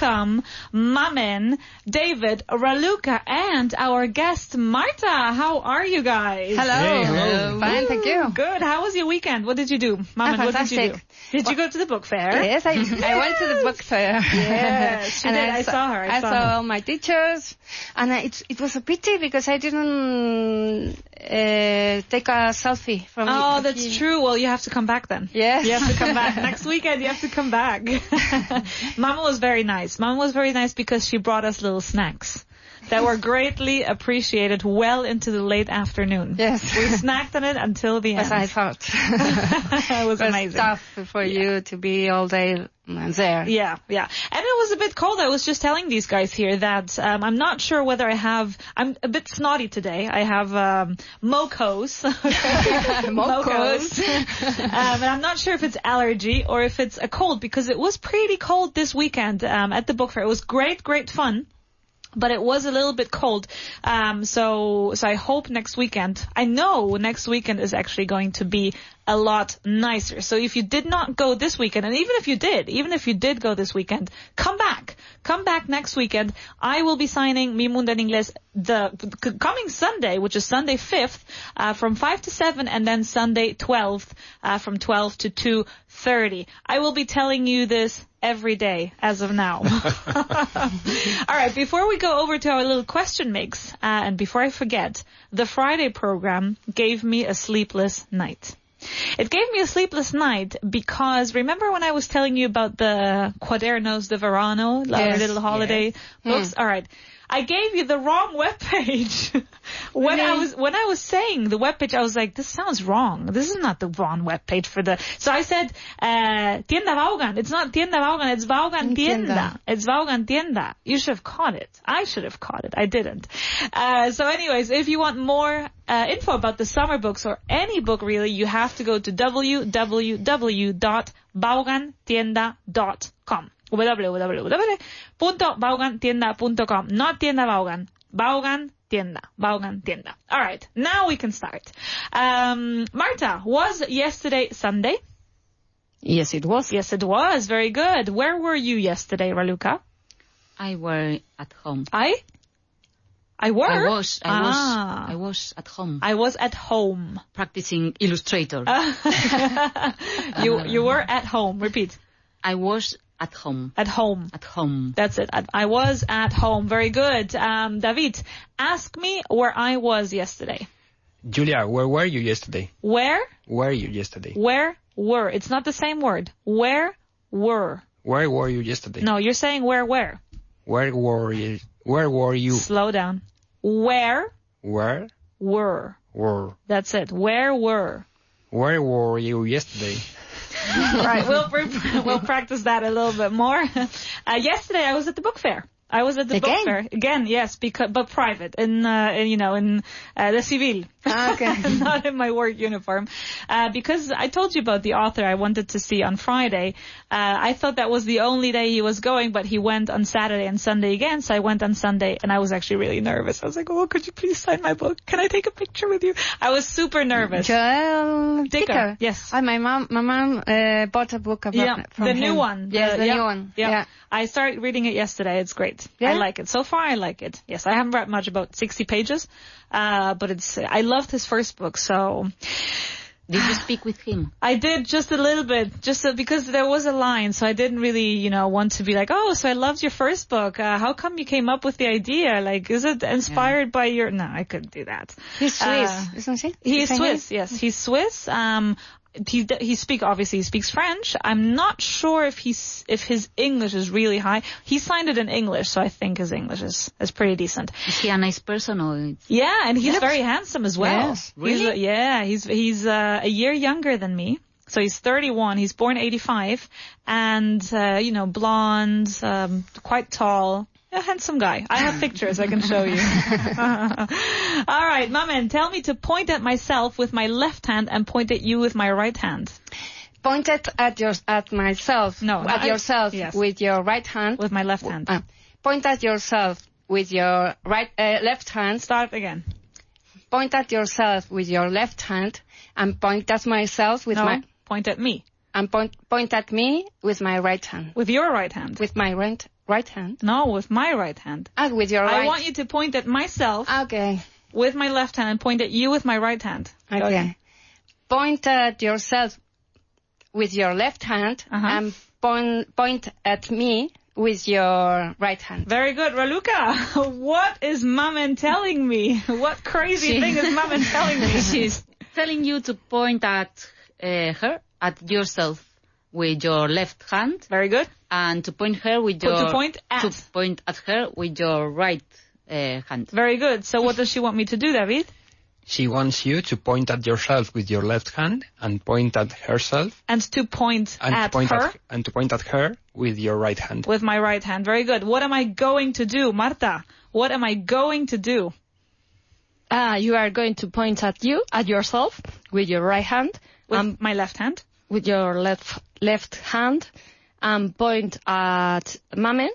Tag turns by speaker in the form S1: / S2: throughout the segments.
S1: Welcome, Mamen, David, Raluca, and our guest Marta. How are you guys?
S2: Hello.
S3: Hey, hello.
S2: Fine, thank you.
S1: Good. How was your weekend? What did you do? Mamen,
S2: Ah,
S1: what did you do?
S2: fantastic.
S1: Did you go to the book fair?
S2: Yes, I, I went to the book fair.
S1: Yes, she did. I saw her, I saw her.
S2: all my teachers, and I, it, it was a pity because I didn't uh, take a selfie from.
S1: Oh, that's true. Well, you have to come back then.
S2: Yes.
S1: You have to come back. Next weekend, you have to come back. Mama was very nice. Mama was very nice because she brought us little snacks that were greatly appreciated well into the late afternoon.
S2: Yes.
S1: We snacked on it until the
S2: As I
S1: end.
S2: thought.
S1: it was
S2: It was
S1: amazing.
S2: tough for you to be all day mm, there.
S1: Yeah, yeah. And it was a bit cold. I was just telling these guys here that um, I'm not sure whether I have. I'm a bit snotty today. I have um, mocos.
S2: Mocos.
S1: um, and I'm not sure if it's allergy or if it's a cold because it was pretty cold this weekend um, at the book fair. It was great, great fun. But it was a little bit cold, um, so so I hope next weekend. I know next weekend is actually going to be a lot nicer. So if you did not go this weekend, and even if you did, even if you did go this weekend, come back, come back next weekend. I will be signing Mi Mundo en Inglés the c- coming Sunday, which is Sunday 5th, uh, from 5 to 7, and then Sunday 12th uh, from 12 to 2:30. I will be telling you this every day as of now. All right, before we go over to our little question mix, uh, and before I forget, the Friday program gave me a sleepless night. It gave me a sleepless night because remember when I was telling you about the Quadernos de Verano, our
S2: Yes, Hmm.
S1: little holiday books? All right. I gave you the wrong webpage. when I
S2: Really?
S1: was when I was saying the webpage, I was like, this sounds wrong. This is not the wrong webpage for the. So I said uh, Tienda Vaughan. It's not Tienda Vaughan. It's Vaughan Tienda.
S2: Tienda.
S1: It's Vaughan Tienda. You should have caught it. I should have caught it. I didn't. Uh, so anyways, if you want more uh, info about the summer books or any book really, you have to go to www.baugantienda.com. www.baugantienda.com. Not Tienda Vaughan. Vaughan Tienda. Vaughan Tienda. All right. Now we can start. Um, Marta, was yesterday Sunday?
S3: Yes, it was.
S1: Yes, it was. Very good. Where were you yesterday, Raluca?
S3: I were at home.
S1: I? I were?
S3: I was, I was,
S1: Ah.
S3: I was at home
S1: I was at home.
S3: practicing Illustrator.
S1: Ah.
S3: Ah.
S1: You you were at home. Repeat.
S3: I was at home,
S1: At home.
S3: at home.
S1: That's it. I, I was at home. Very good. Um, David, ask me where I was yesterday.
S4: Julia, where were you yesterday?
S1: Where?
S4: Where you yesterday?
S1: Where were? It's not the same word. Where were?
S4: Where were you yesterday?
S1: No, you're saying where where.
S4: Where were you? Where were you?
S1: Slow down. Where
S4: Where
S1: were?
S4: were?
S1: That's it. Where were?
S4: Where were you yesterday?
S1: right, we'll we'll- we'll practice that a little bit more. Uh, yesterday, I was at the book fair. I was at the book
S2: Again?
S1: fair again, yes, because but private in, uh, in you know in uh, the civil,
S2: Ah, Okay.
S1: not in my work uniform, uh, because I told you about the author I wanted to see on Friday. Uh, I thought that was the only day he was going, but he went on Saturday and Sunday again. So I went on Sunday, and I was actually really nervous. I was like, "Oh, could you please sign my book? Can I take a picture with you?" I was super nervous.
S2: Joel
S1: Dicker,
S2: Dicker.
S1: yes.
S2: Oh, my mom, my mom uh, bought a book about
S1: Yeah,
S2: from
S1: the
S2: him.
S1: new one. uh,
S2: Yes, the
S1: yeah,
S2: new one.
S1: Yeah.
S2: Yeah.
S1: I started reading it yesterday. It's great. I
S2: Yeah?
S1: like it. So far, I like it. Yes, I haven't read much, about 60 pages, uh, but it's, I loved his first book, so
S3: Did you speak with him?
S1: I did just a little bit, just so, because there was a line, so I didn't really, you know, want to be like, oh, so I loved your first book. Uh, how come you came up with the idea? Like, is it inspired by your, no, I couldn't do that.
S2: He's Swiss,
S1: Uh,
S2: isn't he?
S1: He's
S2: Isn't he?
S1: Swiss. Yes, he's Swiss. Um, he he speak obviously he speaks French. I'm not sure if he's if his English is really high. He signed it in English, so I think his English is is pretty decent.
S3: Is he a nice person or?
S1: Yeah, and he's very handsome as well.
S2: Yes.
S1: He's,
S3: Really?
S1: uh, yeah, he's he's uh, a year younger than me. So he's 31. He's born 85, and uh, you know, blonde, um, quite tall, a handsome guy. I have pictures I can show you. All right, Mamen, tell me to point at myself with my left hand and point at you with my right hand.
S2: Pointed at your at myself.
S1: No,
S2: at
S1: I-
S2: yourself
S1: yes.
S2: with your right hand.
S1: With my left hand.
S2: Ah, point at yourself with your right uh, left hand.
S1: Start again.
S2: Point at yourself with your left hand, and point at myself with
S1: No,
S2: my
S1: point at me
S2: and point point at me with my right hand.
S1: with your right hand.
S2: With my right right hand.
S1: no, with my right hand.
S2: And with your right. Uh,
S1: I want you to point at myself
S2: Okay.
S1: with my left hand and point at you with my right hand.
S2: Okay. Point at yourself with your left hand
S1: Uh-huh.
S2: and point, point at me with your right hand.
S1: Very good, Raluca. What is Mamen telling me? What crazy
S3: She-
S1: thing is Mamen telling me?
S3: She's telling you to point at uh, her, at yourself, with your left hand,
S1: Very good.
S3: and to point her with
S1: To-
S3: your
S1: to point at.
S3: to point at her with your right uh, hand.
S1: Very good. So what does she want me to do, David?
S4: She wants you to point at yourself with your left hand and point at herself
S1: And to point
S4: and
S1: at
S4: point
S1: her
S4: at and to point at her with your right hand.
S1: with my right hand. Very good. What am I going to do, Marta? What am I going to do?
S5: Uh, you are going to point at you, at yourself, with your right hand,
S1: With
S5: um,
S1: my left hand.
S5: with your left left hand, and point at mamen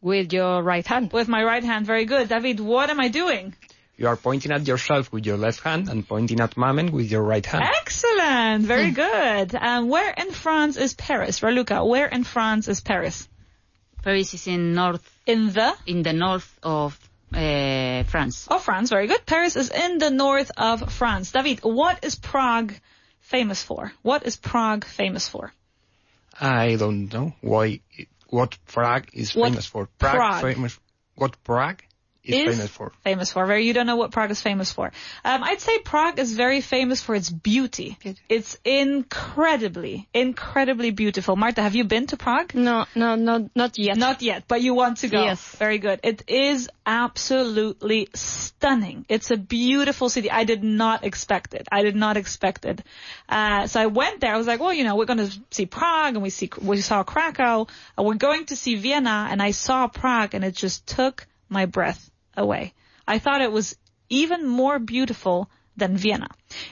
S5: with your right hand.
S1: With my right hand. Very good. David, what am I doing?
S4: You are pointing at yourself with your left hand and pointing at Mamen with your right
S1: Eh?
S4: hand.
S1: Excellent. Very good. Um, where in France is Paris? Raluca, where in France is Paris?
S3: Paris is in north,
S1: In the
S3: in the north of uh, France.
S1: of Oh, France. Very good. Paris is in the north of France. David, what is Prague famous for? What is Prague famous for?
S4: I don't know why what Prague is
S1: What
S4: famous for. Prague,
S1: Prague
S4: famous what Prague is,
S1: is
S4: famous for.
S1: Famous for. Very, you don't know what Prague is famous for. Um, I'd say Prague is very famous for its beauty.
S2: Beauty.
S1: It's incredibly, incredibly beautiful. Marta, have you been to Prague?
S5: No, no, no, not yet.
S1: Not yet, but you want to go.
S5: Yes.
S1: Very good. It is absolutely stunning. It's a beautiful city. I did not expect it. I did not expect it. Uh, so I went there. I was like, well, you know, we're going to see Prague and we see, we saw Krakow and we're going to see Vienna and I saw Prague and it just took my breath away. I thought it was even more beautiful than Vienna.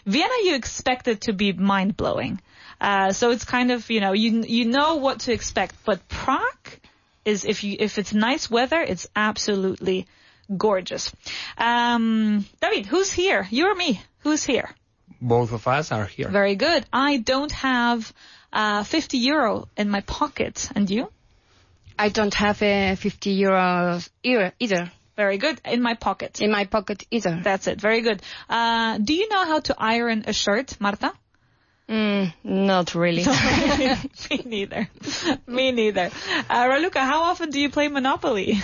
S1: Vienna you expect it to be mind blowing. Uh, so it's kind of, you know, you, you know what to expect, but Prague, is if you if it's nice weather, it's absolutely gorgeous. Um, David, who's here? You or me? Who's here?
S4: Both of us are here.
S1: Very good. I don't have uh, 50 euro in my pocket, and you?
S2: I don't have a 50 euros ear- either
S1: Very good in my pocket.
S2: in my pocket either.
S1: That's it. Very good. Uh, do you know how to iron a shirt, Marta?
S5: Mm, not really.
S1: Me neither. Me neither. Uh, Raluca, how often do you play Monopoly?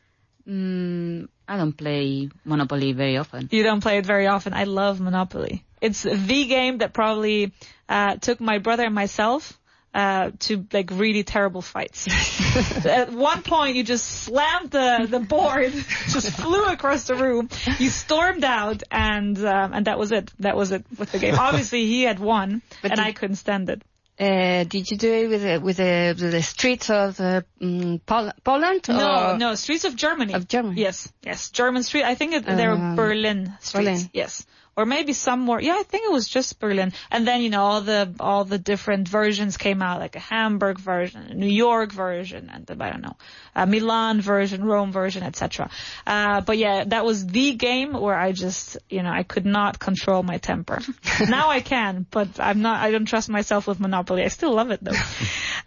S3: Mm, I don't play Monopoly very often.
S1: You don't play it very often. I love Monopoly. It's the game that probably uh, took my brother and myself uh, to like really terrible fights. At one point, you just slammed the the board, just flew across the room. You stormed out, and um, and that was it. That was it with the game. Obviously, he had won,
S2: But
S1: and
S2: did-
S1: I couldn't stand it.
S2: Uh, did you do it with the, with the, with the streets of uh, mm, Pol- Poland?
S1: No,
S2: or- uh,
S1: no, streets of Germany.
S2: Of Germany.
S1: Yes, yes, German street. I think it, they're
S2: Um,
S1: Berlin streets.
S2: Berlin.
S1: Yes, or maybe some more. Yeah, I think it was just Berlin. And then you know all the all the different versions came out, like a Hamburg version, a New York version, and I don't know, a Milan version, Rome version, etc. Uh, but yeah, that was the game where I just you know I could not control my temper. now I can, but I'm not. I don't trust myself with Monopoly. I still love it though.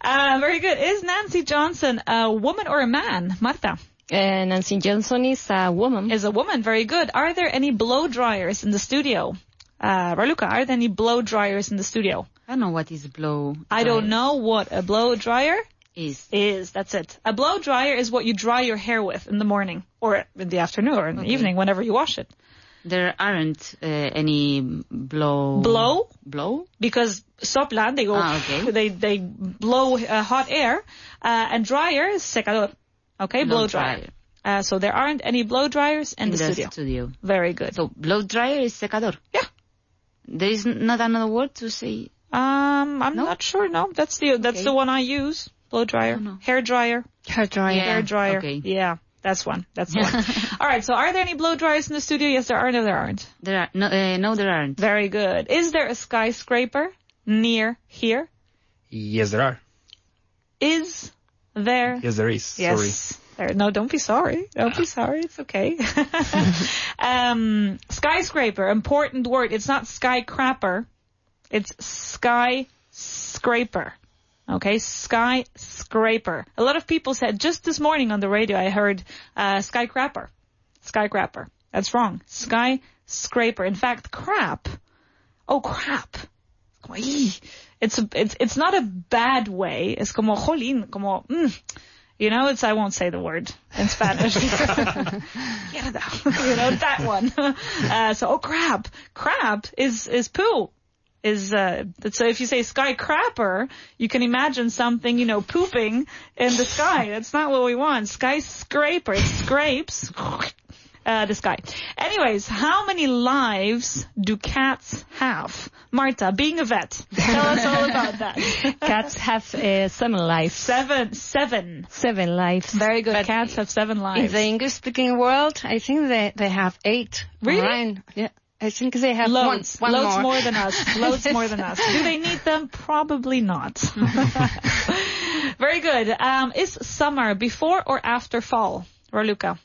S1: Uh, very good. Is Nancy Johnson a woman or a man? Marta
S5: Uh, Nancy Johnson is a woman.
S1: is a woman. Very good. Are there any blow dryers in the studio? Uh, Raluca, are there any blow dryers in the studio?
S3: I don't know what is blow.
S1: I don't know what a blow dryer
S3: Is
S1: is. That's it. A blow dryer is what you dry your hair with in the morning or in the afternoon or in the evening whenever you wash it.
S3: there aren't uh, any blow
S1: Blow?
S3: blow
S1: because soplan, they go,
S3: Ah, okay.
S1: they they blow uh, hot air, uh, and dryer is secador. Okay, blow dryer.
S3: dryer.
S1: Uh, so there aren't any blow dryers in,
S3: in
S1: the, studio. Very good.
S3: So blow dryer is secador.
S1: Yeah.
S3: There is not another word to say.
S1: Um, I'm
S3: No?
S1: not sure. No, that's the that's
S3: Okay. Oh,
S1: the one I use. Blow dryer,
S3: no.
S1: hair dryer,
S5: Hair dryer.
S3: Yeah.
S1: hair dryer.
S3: okay.
S1: Yeah, that's one. That's the one. All right. So, are there any blow dryers in the studio? Yes, there are. No, there aren't.
S3: There are no, uh, no, there aren't.
S1: Very good. Is there a skyscraper near here?
S4: Yes, there are.
S1: Is there?
S4: Yes, there is.
S1: Yes. There, no, don't be sorry. Don't be sorry. It's okay. um, skyscraper, important word. It's not skycrapper. It's skyscraper. Okay, skyscraper. A lot of people said just this morning on the radio I heard uh, skycrapper. Skycrapper. That's wrong. Skyscraper. In fact, crap. Oh, crap. Como, "Ih." It's, a, it's, it's not a bad way. Es como, jolín, como, mm, you know, it's I won't say the word in Spanish. Mierda. you know that one. Uh, so oh crap, crap is is poo. Is uh, so if you say sky crapper, you can imagine something you know pooping in the sky. That's not what we want. Skyscraper, it scrapes uh, the sky. Anyways, how many lives do cats have? Marta, being a vet, tell us all about that.
S5: Cats have uh, seven lives.
S1: Seven, seven.
S5: Seven lives.
S1: Very good. Cats have seven
S2: In
S1: lives.
S2: the English-speaking world, I think they, they have eight. or
S1: Really?
S2: Nine. Yeah. I think they have
S1: Loads,
S2: one, one
S1: loads more.
S2: more.
S1: than us. Loads more than us. Do they need them? Probably not. Very good. Um, is summer before or after fall, Raluca?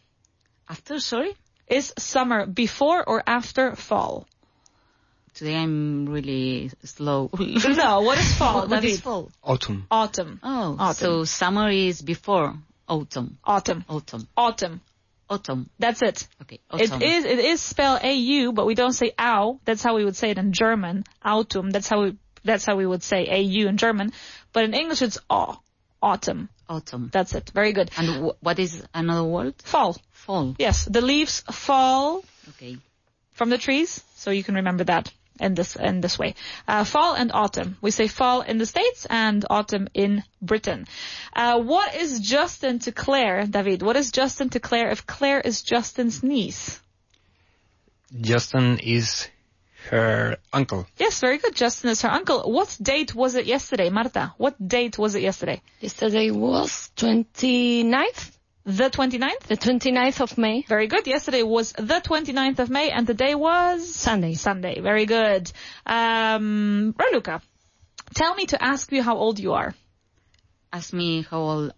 S3: After, sorry.
S1: Is summer before or after fall?
S3: Today I'm really slow.
S1: No. What Oh, is fall?
S3: what
S1: David?
S3: is fall?
S4: Autumn.
S1: Autumn.
S3: Oh,
S1: Autumn.
S3: so summer is before autumn.
S1: Autumn.
S3: Autumn.
S1: Autumn.
S3: Autumn.
S1: That's it.
S3: Okay.
S1: It
S3: Autumn.
S1: is it is spelled a u, but we don't say au. That's how we would say it in German. Autumn. That's how we that's how we would say a u in German. But in English it's au. Autumn.
S3: Autumn.
S1: That's it. Very good.
S3: And w- what is another word?
S1: Fall.
S3: Fall.
S1: Yes, the leaves fall
S3: Okay.
S1: from the trees, so you can remember that in this in this way. Uh, fall and autumn. We say fall in the states and autumn in Britain. Uh, what is Justin to Claire, David? What is Justin to Claire if Claire is Justin's niece?
S4: Justin is her uncle.
S1: Yes, very good. Justin is her uncle. What date was it yesterday, Marta? What date was it yesterday?
S5: Yesterday was 29th,
S1: The 29th?
S5: the 29th of May.
S1: Very good. Yesterday was the 29th of May and the day was
S5: Sunday.
S1: Sunday. Very good. Um, Raluca, tell me to ask you how old you are.
S3: Ask me how old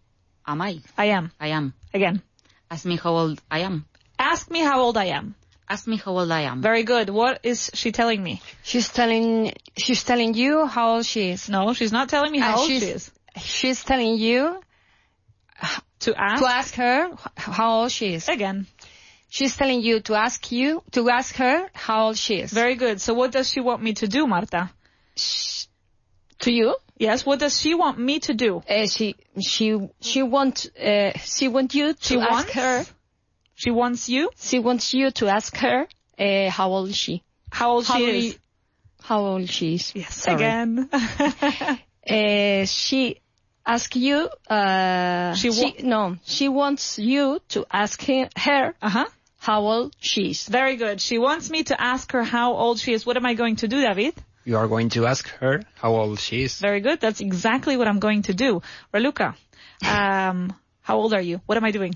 S3: am I?
S1: I am.
S3: I am.
S1: Again.
S3: Ask me how old I am.
S1: Ask me how old I am.
S3: Ask me how old I am.
S1: Very good. What is she telling me?
S2: She's telling, she's telling you how old she is.
S1: No, she's not telling
S5: Ah,
S1: me how
S2: Uh,
S1: old she
S2: she's-
S1: is.
S2: She's telling you
S1: To ask
S2: to ask her wh- how old she is.
S1: again.
S2: She's telling you to ask you, to ask her how old she is.
S1: Very good. So what does she want me to do, Marta?
S5: To you?
S1: Yes, what does she want me to do?
S5: Uh, she she she want uh, she want you to
S1: She
S5: ask
S1: wants
S5: her.
S1: She wants you?
S5: She wants you to ask her uh, how old she
S1: How old
S5: how
S1: she
S5: old
S1: is?
S5: y- how old she is.
S1: Yes,
S5: Sorry.
S1: again.
S5: Uh, she ask you. Uh,
S1: She wa-
S5: no. She wants you to ask he- her
S1: uh-huh.
S5: how old she is.
S1: Very good. She wants me to ask her how old she is. What am I going to do, David?
S4: You are going to ask her how old she is.
S1: Very good. That's exactly what I'm going to do. Raluca, um, how old are you? What am I doing?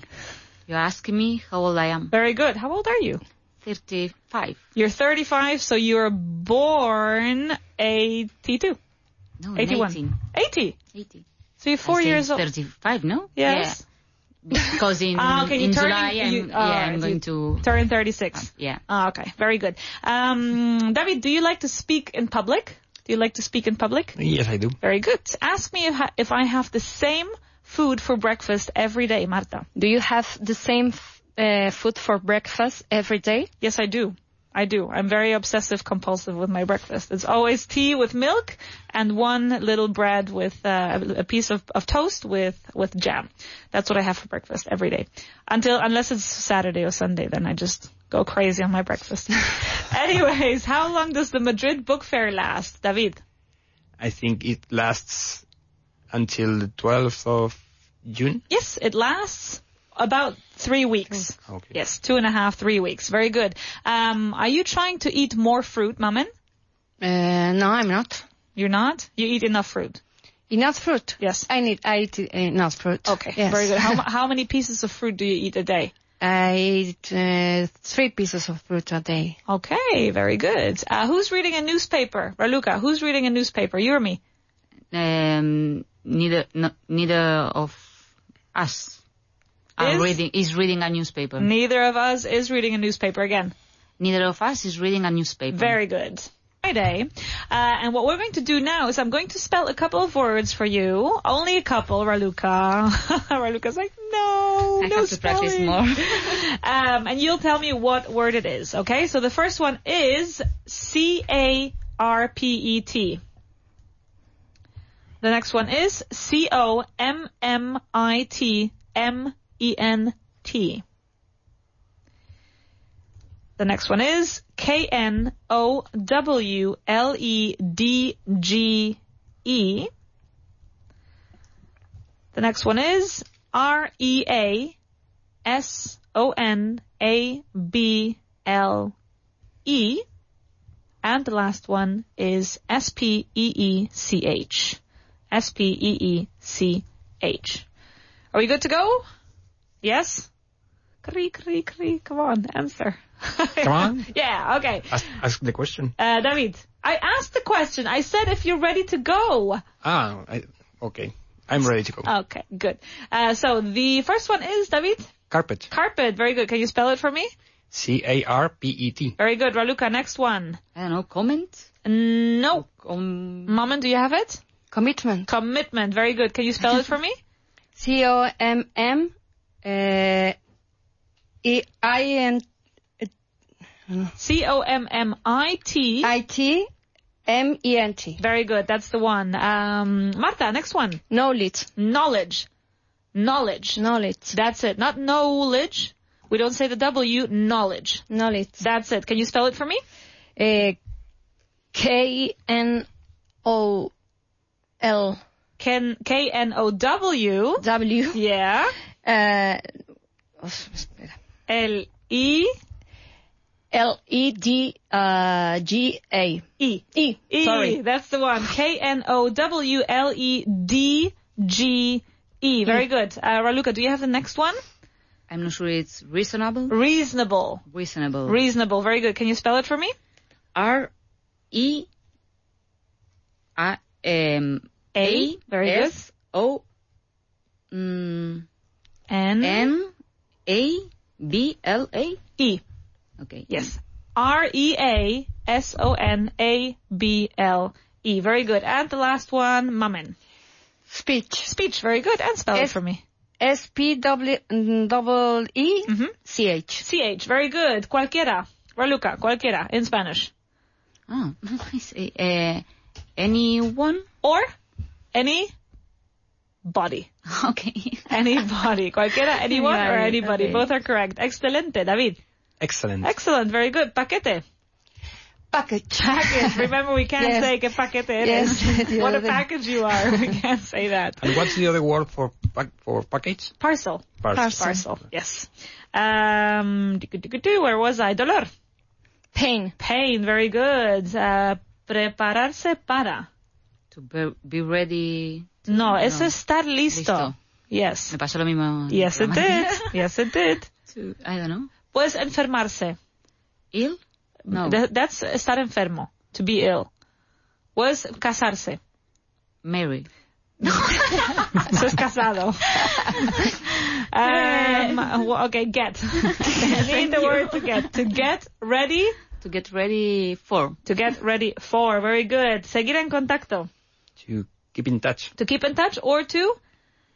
S3: You ask me how old I am.
S1: Very good. How old are you?
S3: 35.
S1: You're 35, so you were born 82.
S3: No,
S1: 81.
S3: 19.
S1: 80.
S3: 80.
S1: So you're four
S3: I say
S1: years old.
S3: 35, no?
S1: Yes.
S3: Yeah. Because in,
S1: Ah, okay, you
S3: in
S1: turn
S3: July
S1: in-
S3: I'm,
S1: you-
S3: yeah,
S1: alright,
S3: I'm
S1: you-
S3: going to...
S1: Turn 36.
S3: Um, Yeah.
S1: Ah, okay. Very good. Um, David, do you like to speak in public? Do you like to speak in public?
S4: Yes, I do.
S1: Very good. Ask me if, ha- if I have the same food for breakfast every day, Marta.
S5: Do you have the same f- uh, food for breakfast every day?
S1: Yes, I do. I do. I'm very obsessive compulsive with my breakfast. It's always tea with milk and one little bread with uh, a piece of, of toast with, with jam. That's what I have for breakfast every day. Until, unless it's Saturday or Sunday, then I just go crazy on my breakfast. Anyways, how long does the Madrid Book Fair last, David?
S4: I think it lasts until the 12th of June.
S1: Yes, it lasts about three weeks. Oh.
S4: Okay.
S1: Yes, two and a half, three weeks. Very good. Um, are you trying to eat more fruit, Mamen?
S2: Uh, no, I'm not.
S1: You're not? You eat enough fruit.
S2: Enough fruit.
S1: Yes.
S2: I need I eat enough fruit.
S1: Okay.
S2: Yes.
S1: Very good. How, mu- how many pieces of fruit do you eat a day?
S2: I eat uh, three pieces of fruit a day.
S1: Okay. Very good. Uh, who's reading a newspaper? Raluca, who's reading a newspaper? You or me?
S3: Um, neither, no, neither of us are
S1: Is?
S3: reading, is reading a newspaper.
S1: Neither of us is reading a newspaper again.
S3: neither of us is reading a newspaper.
S1: Very good. Friday. Uh, and what we're going to do now is I'm going to spell a couple of words for you. Only a couple, Raluca. Raluca's like, no, Oh,
S3: I
S1: no
S3: have to practice
S1: spelling."
S3: more.
S1: um, and you'll tell me what word it is, okay? So the first one is C-A-R-P-E-T. E The next one is E C-O-M-M-I-T-M-E-N-T. The next one is K N O W L E D G E. The next one is R E A S O N A B L E. And the last one is S P E E C H. S P E E C H. Are we good to go? Yes? Cree, cree, cree. Come on, answer.
S4: Come on,
S1: Yeah, okay.
S4: ask, ask the question.
S1: Uh, David, I asked the question. I said if you're ready to go.
S4: Ah, I, okay. I'm ready to go.
S1: Okay, good. Uh, so the first one is, David,
S4: Carpet.
S1: carpet. Very good. Can you spell it for me?
S4: C-A-R-P-E-T.
S1: Very good. Raluca, next one.
S3: I don't know, comment?
S1: No.
S3: Um,
S1: Maman, do you have it?
S2: Commitment.
S1: Commitment. Very good. Can you spell it for me?
S2: C O M M uh, E I N
S1: C-O-M-M-I-T.
S2: I T M E N T.
S1: Very good. That's the one. Um, Marta, next one.
S2: Knowledge.
S1: Knowledge. Knowledge.
S2: Knowledge.
S1: That's it. Not knowledge. We don't say the W. Knowledge.
S2: Knowledge.
S1: That's it. Can you spell it for me?
S2: Uh, K N O L
S1: Can K N O W.
S2: W.
S1: Yeah.
S2: Uh, oh, espera.
S1: L E
S2: L E D uh, G A.
S1: E.
S2: E.
S1: E.
S2: Sorry.
S1: That's the one. K N O W L E D G E. Very good. Uh, Raluca, do you have the next one?
S3: I'm not sure it's reasonable.
S1: Reasonable.
S3: Reasonable.
S1: Reasonable. Very good. Can you spell it for me?
S3: R E I M A
S1: Very good.
S3: S O mm,
S1: N
S3: N A B L A.
S1: E.
S3: Okay.
S1: Yes. R E A S O N A B L E. Very good. And the last one, Mamen.
S2: Speech.
S1: Speech. Very good. And spell it
S2: Yes.
S1: for me.
S2: S P W double E C H.
S1: CH. Very good. Cualquiera. Raluca. Cualquiera. In Spanish.
S3: Oh, I see. Uh, anyone?
S1: or any body.
S3: Okay.
S1: Anybody. Cualquiera, anyone, or anybody.
S3: Anybody, okay.
S1: Both are correct. Excelente, David.
S4: Excellent.
S1: Excellent. Very good. Paquete.
S2: Package.
S1: Remember, we can't
S2: Yes.
S1: say que paquete eres.
S2: Yes. The
S1: what a
S2: other thing.
S1: package you are. We can't say that.
S4: and what's the other word for pack, for package?
S1: Parcel.
S4: Parcel.
S1: Parcel. Yes. Um, tiku-tiku-tiku, where was I? Dolor.
S5: Mm-hmm.
S2: Pain.
S1: Pain. Very good. Uh, prepararse para.
S3: To be, be ready.
S1: No, es estar listo.
S3: Listo.
S1: Yes.
S3: Me pasó lo mismo. en
S1: Yes, it
S3: Roma.
S1: did. Yes, it did.
S3: to, I don't know.
S1: Pues enfermarse.
S3: Ill? No.
S1: Th- that's estar enfermo, to be ill. Was casarse.
S3: Mary.
S1: So es casado. um, wh- okay, get. Need the word to get. To get ready.
S3: To get ready for.
S1: To get ready for. Very good. Seguir en contacto.
S4: To keep in touch.
S1: To keep in touch or to?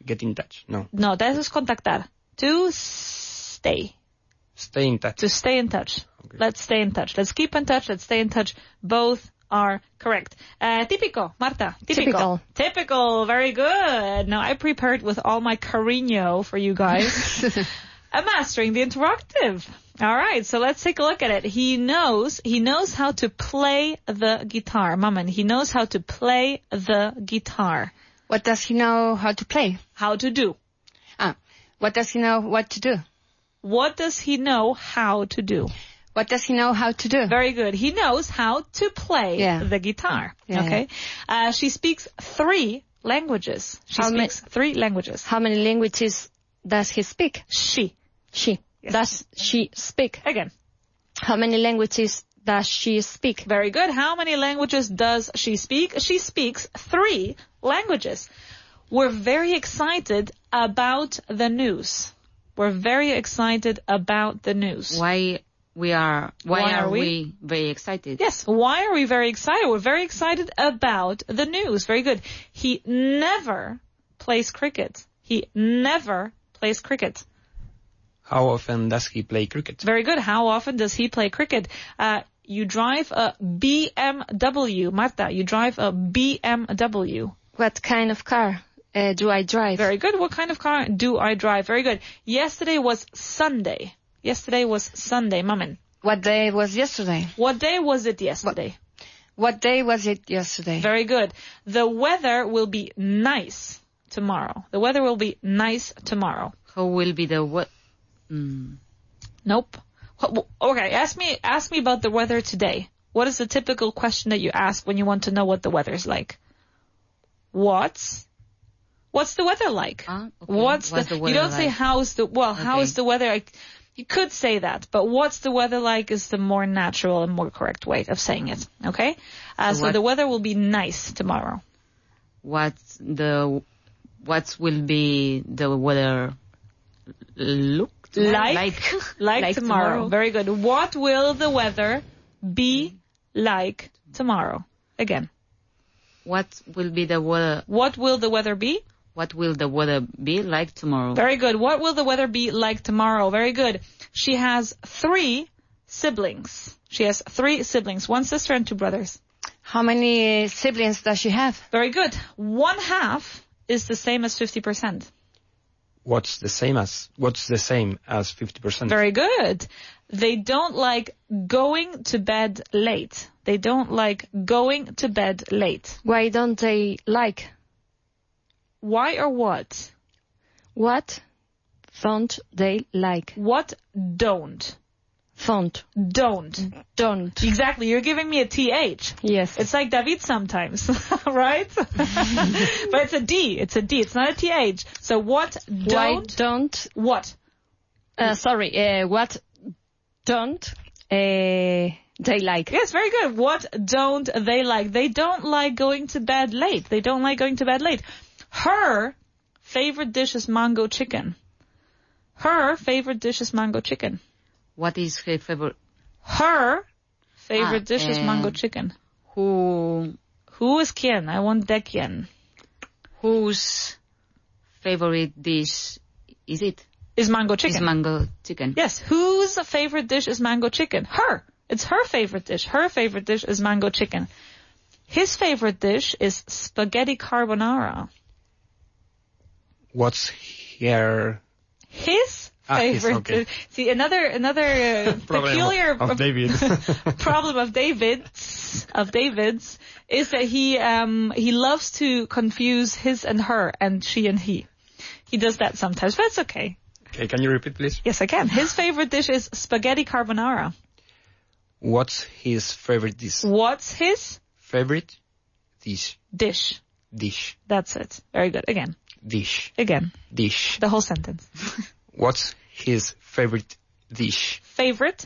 S4: Get in touch. No.
S1: No, that is contactar. To stay.
S4: Stay in touch.
S1: To stay in touch. Let's stay in touch. Let's keep in touch. Let's stay in touch. Both are correct. Uh, típico, Marta. Típico.
S2: Typical.
S1: Typical. Very good. Now I prepared with all my cariño for you guys. I'm mastering the interrogative. All right, so let's take a look at it. He knows he knows how to play the guitar, Maman. He knows how to play the guitar.
S2: What does he know how to play?
S1: How to do?
S2: Ah, what does he know what to do?
S1: What does he know how to do?
S2: What does he know how to do?
S1: Very good. He knows how to play
S2: Yeah.
S1: the guitar.
S2: Yeah,
S1: okay. Uh, she speaks three languages. She
S5: How ma-
S1: speaks three languages.
S5: How many languages does he speak?
S1: She.
S5: She. Does she speak?
S1: Again.
S5: How many languages does she speak?
S1: Very good. How many languages does she speak? She speaks three languages. We're very excited about the news. We're very excited about the news.
S3: Why we are? Why,
S1: Why
S3: are,
S1: are we?
S3: we? very excited?
S1: Yes. Why are we very excited? We're very excited about the news. Very good. He never plays cricket. He never plays cricket.
S4: How often does he play cricket?
S1: Very good. How often does he play cricket? Uh, you drive a BMW, Marta. You drive a BMW.
S5: What kind of car uh, do I drive?
S1: Very good. What kind of car do I drive? Very good. Yesterday was Sunday. Yesterday was Sunday, Mamen.
S2: What day was yesterday?
S1: What day was it yesterday?
S2: What day was it yesterday?
S1: Very good. The weather will be nice tomorrow. The weather will be nice tomorrow.
S3: How will be the what? Mm.
S1: Nope. Wh- wh- Okay, ask me ask me about the weather today. What is the typical question that you ask when you want to know what the weather's like? What's What's the weather like?
S3: Ah, okay.
S1: What's,
S3: What's
S1: the,
S3: the
S1: You
S3: weather
S1: don't say
S3: like?
S1: how's the well, how
S3: Okay.
S1: is the weather like? You could say that, but what's the weather like is the more natural and more correct way of saying it, okay? Uh, so
S3: what-
S1: the weather will be nice tomorrow.
S3: What's the? What will be the weather? Look
S1: Like- like, tomorrow. Very good. What will the weather be like tomorrow? Again.
S3: What will be the weather?
S1: What will the weather be?
S3: What will the weather be like tomorrow?
S1: Very good. What will the weather be like tomorrow? Very good. She has three siblings. She has three siblings, one sister and two brothers.
S2: How many siblings does she have?
S1: Very good. One half is the same as 50%.
S4: What's the same as? What's the same as 50%?
S1: Very good. They don't like going to bed late. They don't like going to bed late.
S5: Why don't they like?
S1: Why or what?
S5: What don't they like?
S1: What don't?
S5: Don't.
S1: Don't.
S5: Don't.
S1: Exactly. You're giving me a TH.
S5: Yes.
S1: It's like David sometimes, right? but it's a D. It's a D. It's not a TH. So what don't?
S5: Why don't?
S1: what?
S2: Mm.
S5: Uh, sorry. Uh, what don't uh, they like?
S1: Yes, very good. What don't they like? They don't like going to bed late. They don't like going to bed late. Her favorite dish is mango chicken. Her favorite dish is mango chicken.
S3: What is her favorite?
S1: Her favorite
S3: Ah,
S1: dish is mango
S3: um,
S1: chicken.
S3: Who?
S1: Who is quien? I want de quien.
S3: Whose favorite dish is it?
S1: Is mango chicken.
S3: Is mango chicken.
S1: Yes. Whose favorite dish is mango chicken? Her. It's her favorite dish. Her favorite dish is mango chicken. His favorite dish is spaghetti carbonara.
S4: What's here?
S1: His
S4: Ah, yes,
S1: favorite
S4: okay.
S1: dish. See another another uh, peculiar
S4: of David.
S1: problem of David's of David's is that he um he loves to confuse his and her and she and he. He does that sometimes, but it's okay.
S4: okay, can you repeat, please?
S1: Yes, I can. His favorite dish is spaghetti carbonara.
S4: What's his favorite dish?
S1: What's his
S4: Favorite dish.
S1: dish?
S4: Dish.
S1: That's it. Very good. Again.
S4: Dish.
S1: Again.
S4: Dish.
S1: The whole sentence.
S4: What's his favorite dish?
S1: Favorite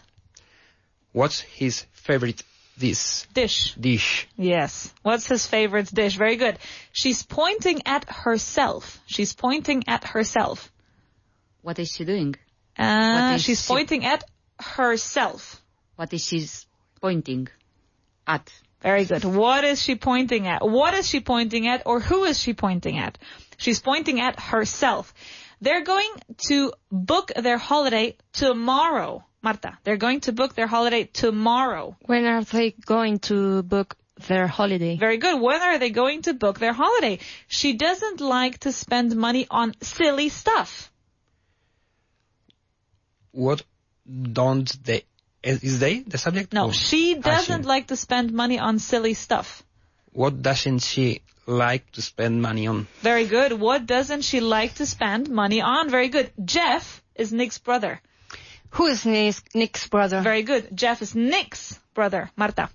S4: What's his favorite dish?
S1: dish.
S4: Dish.
S1: Yes. What's his favorite dish? Very good. She's pointing at herself. She's pointing at herself.
S3: What is she doing?
S1: Uh,
S3: What is
S1: she's
S3: she-
S1: pointing at herself.
S3: What is she pointing at?
S1: Very good. What is she pointing at? What is she pointing at or who is she pointing at? She's pointing at herself. They're going to book their holiday tomorrow. Marta, they're going to book their holiday tomorrow.
S5: When are they going to book their holiday?
S1: Very good. When are they going to book their holiday? She doesn't like to spend money on silly stuff.
S4: What don't they... Is they the subject?
S1: No,
S4: Oh.
S1: she doesn't
S4: see.
S1: like to spend money on silly stuff.
S4: What doesn't she like to spend money on?
S1: Very good. What doesn't she like to spend money on? Very good. Jeff is Nick's brother.
S2: Who is Nick, Nick's brother?
S1: Very good. Jeff is Nick's brother. Marta.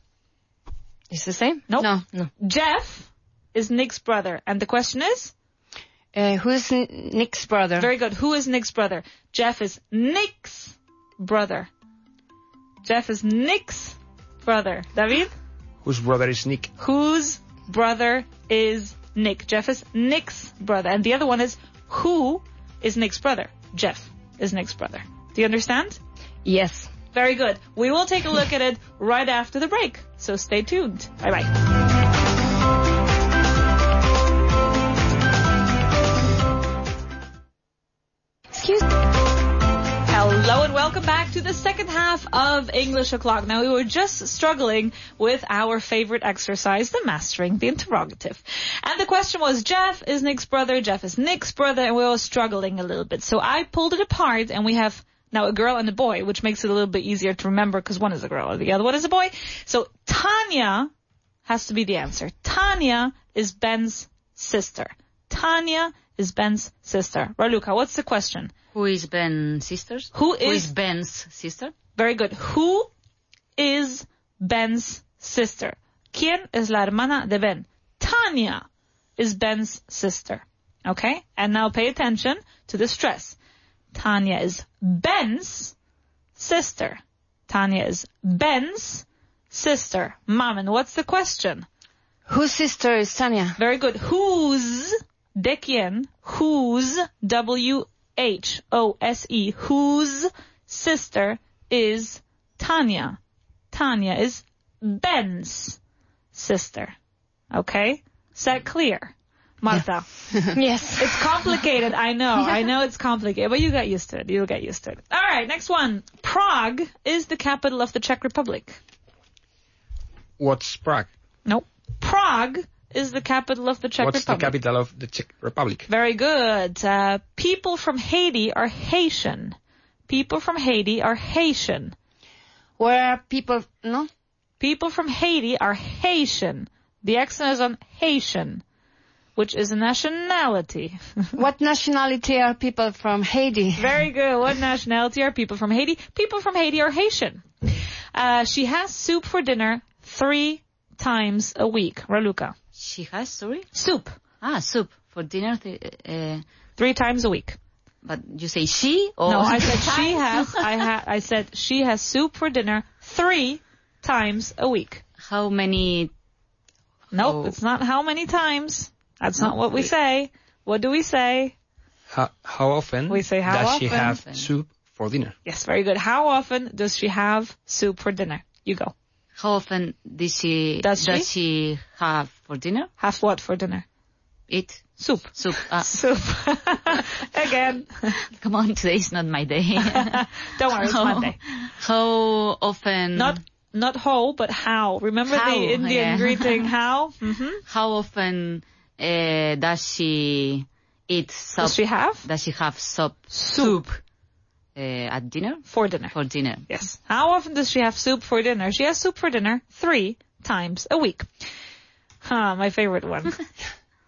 S5: It's the same.
S1: Nope.
S3: No.
S1: Jeff is Nick's brother. And the question is?
S2: Uh, who is N- Nick's brother?
S1: Very good. Who is Nick's brother? Jeff is Nick's brother. Jeff is Nick's brother. David?
S4: Whose brother is Nick?
S1: Whose brother is Nick? Jeff is Nick's brother. And the other one is who is Nick's brother? Jeff is Nick's brother. Do you understand?
S5: Yes.
S1: Very good. We will take a look at it right after the break. So stay tuned. Bye bye.
S5: Excuse
S1: Hello and welcome back to the second half of English O'Clock. Now we were just struggling with our favorite exercise, the mastering the interrogative. And the question was, Jeff is Nick's brother, Jeff is Nick's brother, and we were struggling a little bit. So I pulled it apart and we have now a girl and a boy, which makes it a little bit easier to remember because one is a girl and the other one is a boy. So Tanya has to be the answer. Tanya is Ben's sister. Tanya is Ben's sister. Raluca, what's the question?
S3: Who is Ben's sisters?
S1: Who
S3: Who
S1: is
S3: is Ben's sister?
S1: Very good. Who is Ben's sister? ¿Quién es la hermana de Ben? Tanya is Ben's sister. Okay? And now pay attention to the stress. Tanya is Ben's sister. Tanya is Ben's sister. Mom, and what's the question?
S2: Whose sister is Tanya?
S1: Very good. Whose? De quien? Whose? W H O S E. Whose sister is Tanya? Tanya is Ben's sister. Okay? Is that clear? Marta.
S5: Yes.
S1: It's complicated. I know. I know it's complicated, but you got used to it. You'll get used to it. All right. Next one. Prague is the capital of the Czech Republic.
S4: What's Prague?
S1: Nope. Prague is the capital of the Czech
S4: What's
S1: Republic.
S4: the capital of the Czech Republic?
S1: Very good. Uh, people from Haiti are Haitian. People from Haiti are Haitian.
S2: Where are people? No?
S1: People from Haiti are Haitian. The accent is on Haitian, which is a nationality.
S2: What nationality are people from Haiti?
S1: Very good. What nationality are people from Haiti? People from Haiti are Haitian. Uh, she has soup for dinner three times a week. Raluca.
S3: She has, sorry?
S1: Soup.
S3: Ah, soup for dinner. Th- uh,
S1: Three times a week.
S3: but you say she or
S1: No, I said she has. I, ha- I said she has soup for dinner three times a week.
S3: how many?
S1: Nope,
S3: Oh.
S1: it's not how many times. That's not what we say. What do we say?
S4: How, how often
S1: We say how
S4: does she
S1: often.
S4: have soup for dinner?
S1: Yes, very good. How often does she have soup for dinner? You go.
S3: How often does she
S1: Does she?
S3: she have for dinner?
S1: Have what for dinner?
S3: Eat
S1: Soup.
S3: soup. Ah,
S1: Soup. Again.
S3: come on, today is not my day.
S1: Don't worry, it's
S3: How-
S1: Monday.
S3: How often?
S1: Not not how, but how. Remember
S3: How,
S1: the Indian
S3: yeah.
S1: greeting how? Mm-hmm.
S3: How often uh, does she eat soup?
S1: Does she have?
S3: does she have soup?
S1: Soup.
S3: uh, at dinner
S1: For dinner.
S3: for dinner.
S1: Yes. How often does she have soup for dinner? She has soup for dinner three times a week. Huh, my favorite one.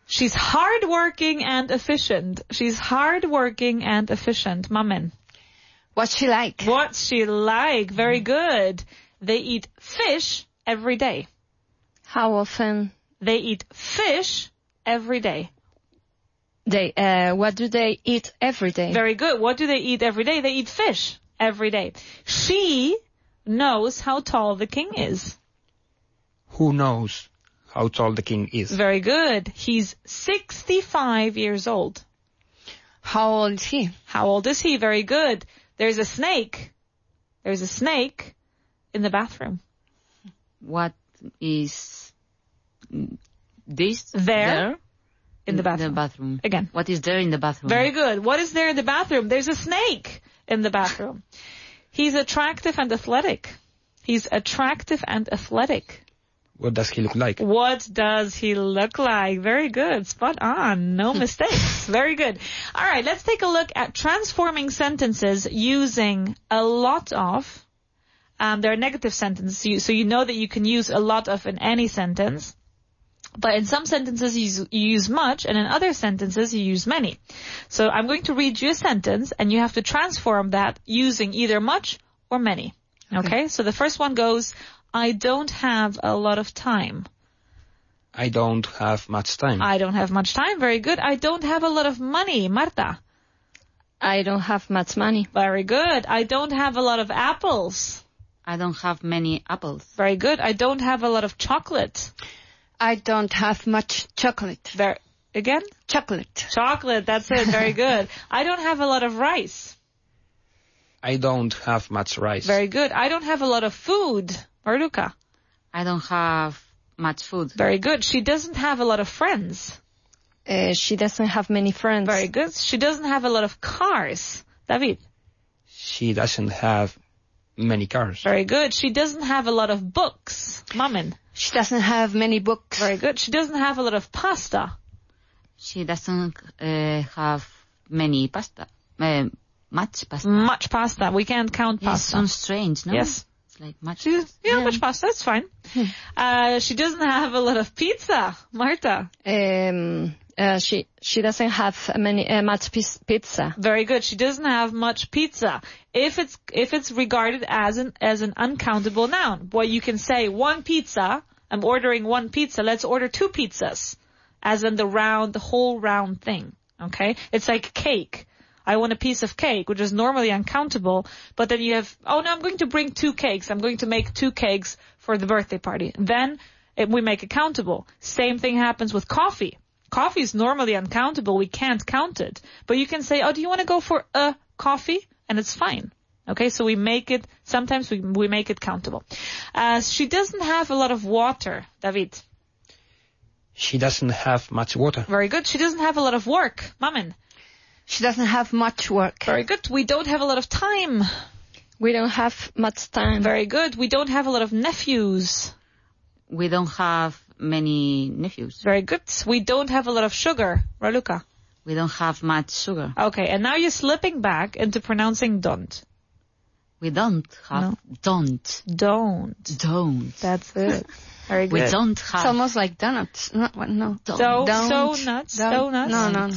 S1: She's hardworking and efficient. She's hardworking and efficient. Mamen.
S2: What she like?
S1: What's she like? Very good. They eat fish every day.
S5: How often
S1: They eat fish every day.
S5: they uh what do they eat every day?
S1: Very good. What do they eat every day? They eat fish every day. She knows how tall the king is.
S4: Who knows how tall the king is?
S1: Very good. He's 65 years old.
S2: How old is he?
S1: How old is he? Very good. There's a snake. There's a snake in the bathroom.
S3: What is this
S1: There In the bathroom. Again.
S3: What is there in the bathroom?
S1: Very good. What is there in the bathroom? There's a snake in the bathroom. He's attractive and athletic. He's attractive and athletic.
S4: What does he look like?
S1: What does he look like? Very good. Spot on. No mistakes. Very good. All right. Let's take a look at transforming sentences using a lot of. Um, they're negative sentences, so you- so you know that you can use a lot of in any sentence. But in some sentences you use, you use much and in other sentences you use many. So I'm going to read you a sentence and you have to transform that using either much or many. Okay? So the first one goes, I don't have a lot of time.
S4: I don't have much time.
S1: I don't have much time. Very good. I don't have a lot of money. Marta.
S5: I don't have much money.
S1: Very good. I don't have a lot of apples.
S3: I don't have many apples.
S1: Very good. I don't have a lot of chocolate.
S2: I don't have much chocolate.
S1: Very, again?
S2: Chocolate.
S1: Chocolate. That's it. Very good. I don't have a lot of rice.
S4: I don't have much rice.
S1: Very good. I don't have a lot of food. Marduka.
S3: I don't have much food.
S1: Very good. She doesn't have a lot of friends.
S5: Uh, she doesn't have many friends.
S1: Very good. She doesn't have a lot of cars. David.
S4: She doesn't have many cars.
S1: Very good. She doesn't have a lot of books. Mamen.
S2: She doesn't have many books.
S1: Very good. She doesn't have a lot of pasta.
S3: She doesn't uh, have many pasta. Uh, much pasta.
S1: Much pasta. We can't count
S3: Yes,
S1: pasta.
S3: sounds strange, no?
S1: Yes.
S3: It's like much.
S1: She,
S3: pasta.
S1: yeah, much pasta. That's fine. Uh, she doesn't have a lot of pizza. Marta.
S5: Um, uh, she she doesn't have many uh, much pis- pizza.
S1: Very good. She doesn't have much pizza. If it's if it's regarded as an as an uncountable noun, well, you can say one pizza. I'm ordering one pizza. Let's order two pizzas, as in the round, the whole round thing. Okay, it's like cake. I want a piece of cake, which is normally uncountable, but then you have, oh no, I'm going to bring two cakes. I'm going to make two cakes for the birthday party. Then it, we make it countable. Same thing happens with coffee. Coffee is normally uncountable. We can't count it. But you can say, oh, do you want to go for a coffee? And it's fine. Okay, so we make it, sometimes we, we make it countable. Uh, she doesn't have a lot of water, David.
S4: She doesn't have much water.
S1: Very good. She doesn't have a lot of work, Mamen.
S2: She doesn't have much work.
S1: Very good. We don't have a lot of time.
S5: We don't have much time.
S1: Very good. We don't have a lot of nephews.
S3: We don't have many nephews.
S1: Very good. We don't have a lot of sugar. Raluca.
S3: We don't have much sugar.
S1: Okay, and now you're slipping back into pronouncing don't.
S3: We don't have. Don't.
S1: Don't.
S3: Don't.
S1: That's it. Very
S3: We
S1: good.
S3: don't
S2: It's
S3: have.
S2: almost like donuts. No, what- no.
S1: So,
S2: Don't.
S1: so nuts,
S2: Don't.
S1: so nuts.
S2: No, no, no.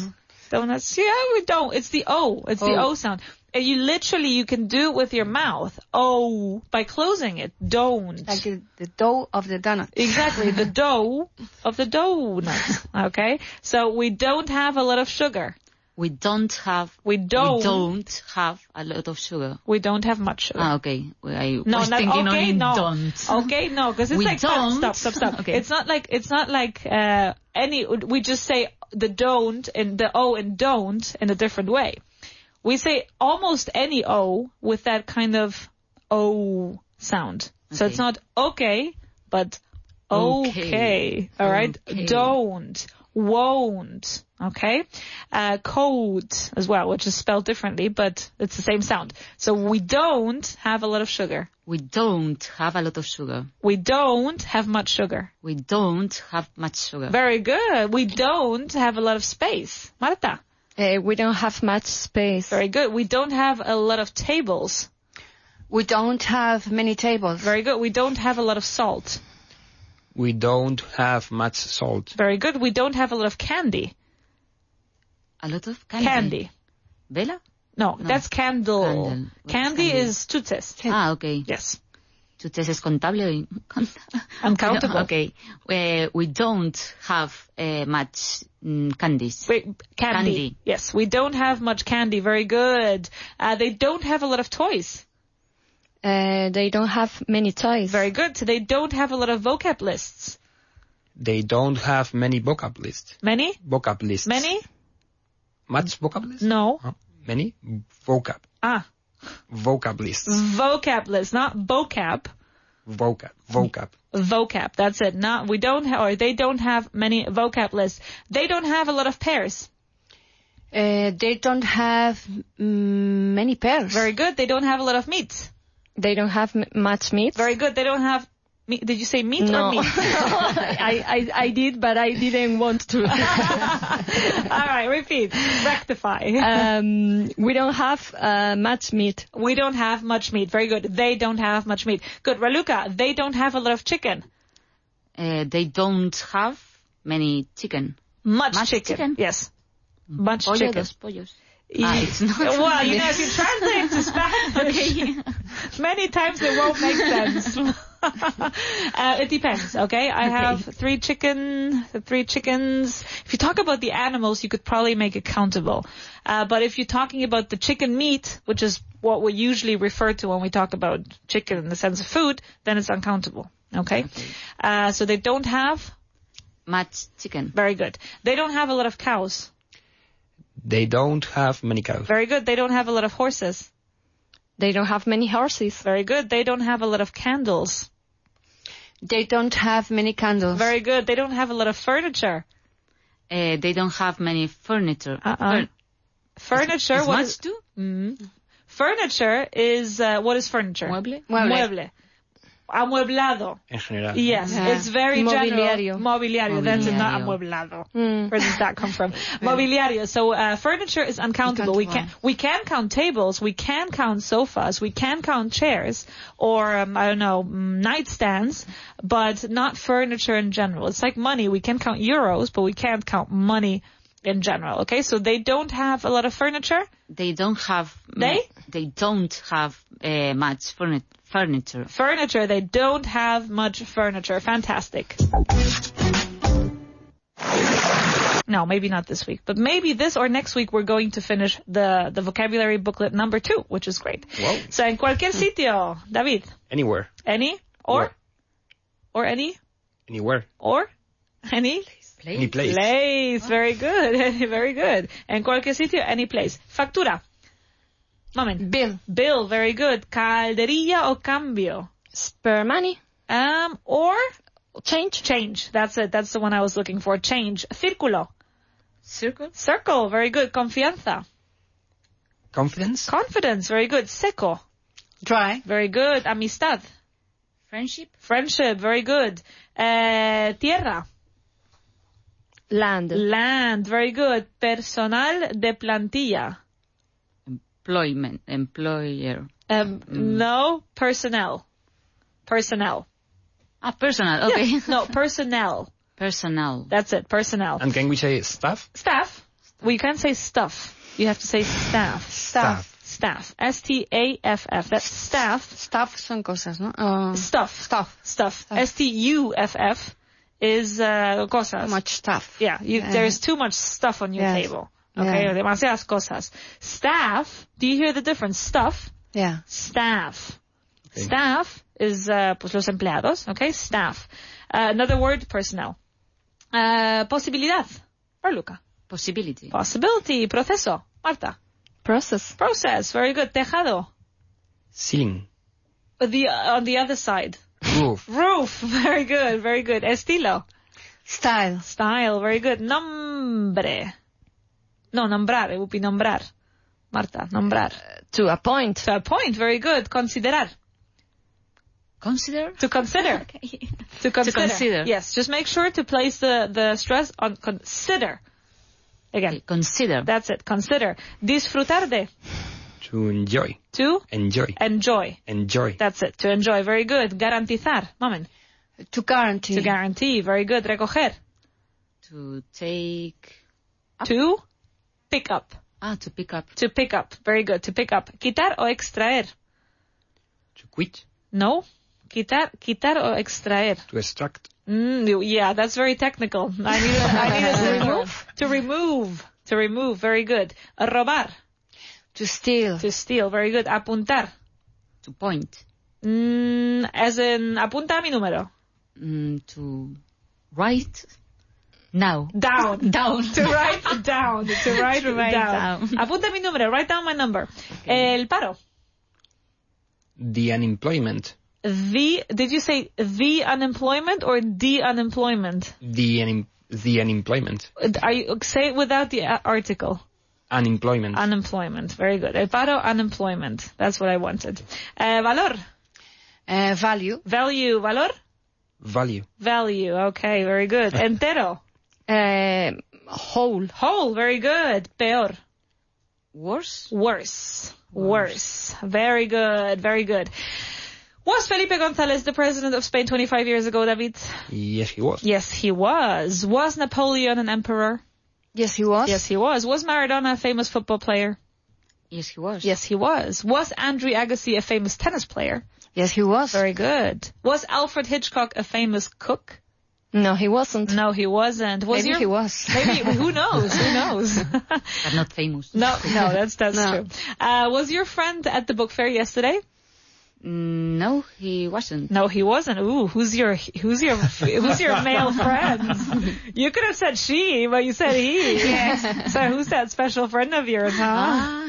S1: Donuts. Yeah, we don't. It's the O. It's
S2: Oh.
S1: the O sound. And you literally, you can do it with your mouth. Oh, by closing it. Don't.
S2: Like the, the dough of the donut.
S1: Exactly, the dough of the doughnut. Okay, so we don't have a lot of sugar.
S3: We don't have.
S1: We don't.
S3: We don't have a lot of sugar.
S1: we don't have much sugar.
S3: Ah, okay. Well, I
S1: no,
S3: was
S1: not
S3: thinking
S1: okay.
S3: only
S1: no,
S3: don't.
S1: okay, no, because it's
S3: We
S1: like stop,
S3: don't.
S1: stop, stop, stop.
S3: Okay.
S1: It's not like it's not like uh, any. We just say the don't and the o and don't in a different way. We say almost any o with that kind of o sound. So it's
S3: Okay.
S1: not okay, but
S3: Okay.
S1: okay. All right,
S3: Okay.
S1: don't, won't. Okay, uh, cold as well, which is spelled differently, but it's the same sound. So we don't have a lot of sugar.
S3: We don't have a lot of sugar.
S1: We don't have much sugar.
S3: We don't have much sugar.
S1: Very good. We don't have a lot of space. Marta.
S5: Uh, we don't have much space.
S1: Very good. We don't have a lot of tables.
S2: We don't have many tables.
S1: Very good. We don't have a lot of salt.
S4: We don't have much salt.
S1: Very good. We don't have a lot of candy.
S3: A lot of candy.
S1: Candy.
S3: Bella?
S1: No, that's candle.
S3: Candle. What's
S1: Candy
S3: candy?
S1: is tutes.
S3: Ah, okay.
S1: Yes.
S3: Tu test es contable.
S1: Uncountable.
S3: Okay. We, we don't have uh, much mm, candies.
S1: Wait, candy.
S3: Candy.
S1: Yes. We don't have much candy. Very good. Uh, they don't have a lot of toys.
S5: Uh, they don't have many toys.
S1: Very good. They don't have a lot of vocab lists.
S4: They don't have many vocab lists.
S1: Many?
S4: Vocab lists.
S1: Many?
S4: Much vocab lists?
S1: No.
S4: Huh? Many? Vocab.
S1: Ah.
S4: Vocab lists.
S1: Vocab list, not vocab.
S4: Vocab. Vocab.
S1: vocab. That's it. Not we don't ha- or they don't have many vocab lists. They don't have a lot of pairs.
S2: Uh, they don't have mm, many pairs.
S1: Very good. They don't have a lot of meats.
S5: They don't have m- much meat.
S1: Very good. They don't have. Me- did you say meat or
S5: No.
S1: meat?
S5: I, I I did, but I didn't want to.
S1: All right, repeat. Rectify.
S5: um, we don't have uh, much meat.
S1: we don't have much meat. Very good. They don't have much meat. Good. Raluca, they don't have a lot of chicken.
S3: Uh, they Eh, don't have many chicken.
S1: Much,
S3: Much
S1: chicken.
S3: chicken. Oh,
S1: Yes. Much
S3: Pollo,
S1: chicken.
S3: dos pollos. Ah, it's not.
S1: Well, you know, if you translate to Spanish many times, it won't make sense. uh, it depends. Okay, I have three chicken, three chickens. If you talk about the animals, you could probably make it countable. Uh, but if you're talking about the chicken meat, which is what we usually refer to when we talk about chicken in the sense of food, then it's uncountable. Okay, uh, so they don't have.
S3: Much chicken.
S1: Very good. They don't have a lot of cows.
S4: They don't have many cows.
S1: Very good. They don't have a lot of horses.
S5: They don't have many horses.
S1: Very good. They don't have a lot of candles.
S2: They don't have many candles.
S1: Very good. They don't have a lot of furniture.
S3: Uh, they don't have many furniture.
S1: Uh-uh. Furniture.
S3: Is
S1: what
S3: much
S1: is-
S3: too?
S1: furniture is uh, what is furniture?
S3: Mueble?
S2: Mueble.
S1: Mueble. Amueblado.
S4: En general.
S1: Yes,
S5: Yeah.
S1: it's very general.
S5: Mobiliario.
S1: Mobiliario. That's it, not amueblado.
S3: Mobiliario.
S5: Mm.
S1: Where does that come from? Mobiliario. So uh, furniture is uncountable. We can we can count tables, we can count sofas, we can count chairs, or um, I don't know mm, nightstands, but not furniture in general. It's like money. We can count euros, but we can't count money in general. Okay, so they don't have a lot of furniture.
S3: They don't have.
S1: They?
S3: They don't have uh, much furni- furniture.
S1: Furniture. They don't have much furniture. Fantastic. No, maybe not this week, but maybe this or next week we're going to finish the, the vocabulary booklet number two, which is great.
S4: Wow.
S1: So en cualquier sitio, David,
S4: Anywhere.
S1: any or
S4: Where?
S1: or any
S4: Anywhere.
S1: or any
S4: Any place.
S1: place. Very good, very good. En cualquier sitio, any place. Factura. Moment.
S2: Bill.
S1: Bill, very good. Calderilla o cambio.
S5: Spare money.
S1: Um, or
S5: Change.
S1: change. That's it. That's the one I was looking for. Change. Círculo.
S3: Circle?
S1: Circle. Very good. Confianza.
S4: Confidence.
S1: Confidence. Very good. Seco.
S2: Dry.
S1: Very good. Amistad.
S3: Friendship?
S1: Friendship. Very good. Uh, tierra.
S5: Land.
S1: Land. Very good. Personal de plantilla.
S3: Employment. Employer.
S1: Um, no. Personnel. Personnel.
S3: Ah, personal. Okay.
S1: No, personnel.
S3: Personnel.
S1: That's it. Personnel.
S4: And can we say staff?
S1: Staff. Well, you can't say stuff. You have to say staff.
S4: Staff.
S1: Staff. S-T-A-F-F. That's staff.
S2: Stuff son cosas, ¿no? Uh,
S1: Stuff. Stuff. Stuff. S-T-U-F-F is uh, cosas.
S2: much stuff.
S1: Yeah, you,
S2: Yeah.
S1: there's too much stuff on your
S2: Yes.
S1: table. Okay,
S2: Yeah.
S1: demasiadas cosas. Staff, do you hear the difference? Stuff,
S2: Yeah.
S1: staff. Staff is, uh, pues los empleados, okay? Staff. Uh, another word, personnel. Uh, posibilidad, or Luca.
S3: Possibility.
S1: Possibility, proceso, Marta.
S5: Process.
S1: Process, very good. Tejado, Uh,
S4: Ceiling.
S1: the, on the other side.
S4: Roof.
S1: Roof, very good, very good. Estilo.
S2: Style.
S1: Style, very good. Nombre. No, nombrar, it would be nombrar. Marta, nombrar.
S5: To appoint.
S1: To appoint, very good. Considerar.
S3: Consider?
S1: To consider. To consider.
S3: consider.
S1: Yes, just make sure to place the, the stress on consider. Again,
S3: Okay, Eh, Consider.
S1: that's it. Consider. Disfrutar de.
S4: To enjoy.
S1: To
S4: Enjoy.
S1: enjoy.
S4: Enjoy.
S1: That's it. To enjoy. Very good. Garantizar. Mamen.
S2: To guarantee.
S1: To guarantee. Very good. Recoger.
S3: To take...
S1: To pick up.
S3: Ah, to pick up.
S1: To pick up. Very good. To pick up. Quitar o extraer.
S4: To quit.
S1: No. Quitar, quitar o extraer.
S4: To extract.
S1: Mm, you- yeah, that's very technical. I need, I need us to remove. To remove. To remove. Very good. Robar.
S2: to steal.
S1: To steal. Very good. Apuntar.
S3: To point.
S1: Mm, as in, apunta a mi número.
S3: Mm, to write. Now.
S1: Down.
S3: Down.
S1: to write down. To write, down.
S3: down.
S1: Apunta mi número. Write down my number. El paro.
S4: The unemployment.
S1: The, did you say the unemployment or the unemployment?
S4: The un- the unemployment.
S1: Are you, say it without the uh, article.
S4: Unemployment.
S1: Unemployment. Very good. El paro, unemployment. That's what I wanted. Uh, valor.
S2: Uh, value.
S1: Eh, Value. Valor?
S4: Value.
S1: Value. Okay, very good. Entero.
S5: Uh, whole.
S1: Whole. Very good. Peor.
S3: Worse.
S1: Worse. Worse. Very good. Very good. Was Felipe González the president of Spain 25 years ago, David?
S4: Yes, he was.
S1: Yes, he was. Was Napoleon an emperor?
S5: Yes, he was.
S1: Yes, he was. Was Maradona a famous football player?
S3: Yes, he was.
S1: Yes, he was. Was Andre Agassi a famous tennis player?
S5: Yes, he was.
S1: Very good. Was Alfred Hitchcock a famous cook?
S5: No, he wasn't.
S1: No, he wasn't. Was
S5: Maybe
S1: your-
S5: he was.
S1: Maybe who knows? Who knows? no,
S3: But not famous.
S1: no, that's that's
S5: No.
S1: true. Uh, was your friend at the book fair yesterday?
S3: Mm, No, he wasn't.
S1: No, he wasn't. Ooh, who's your who's your who's your male friend? You could have said she, but you said he. So who's that special friend of yours, huh?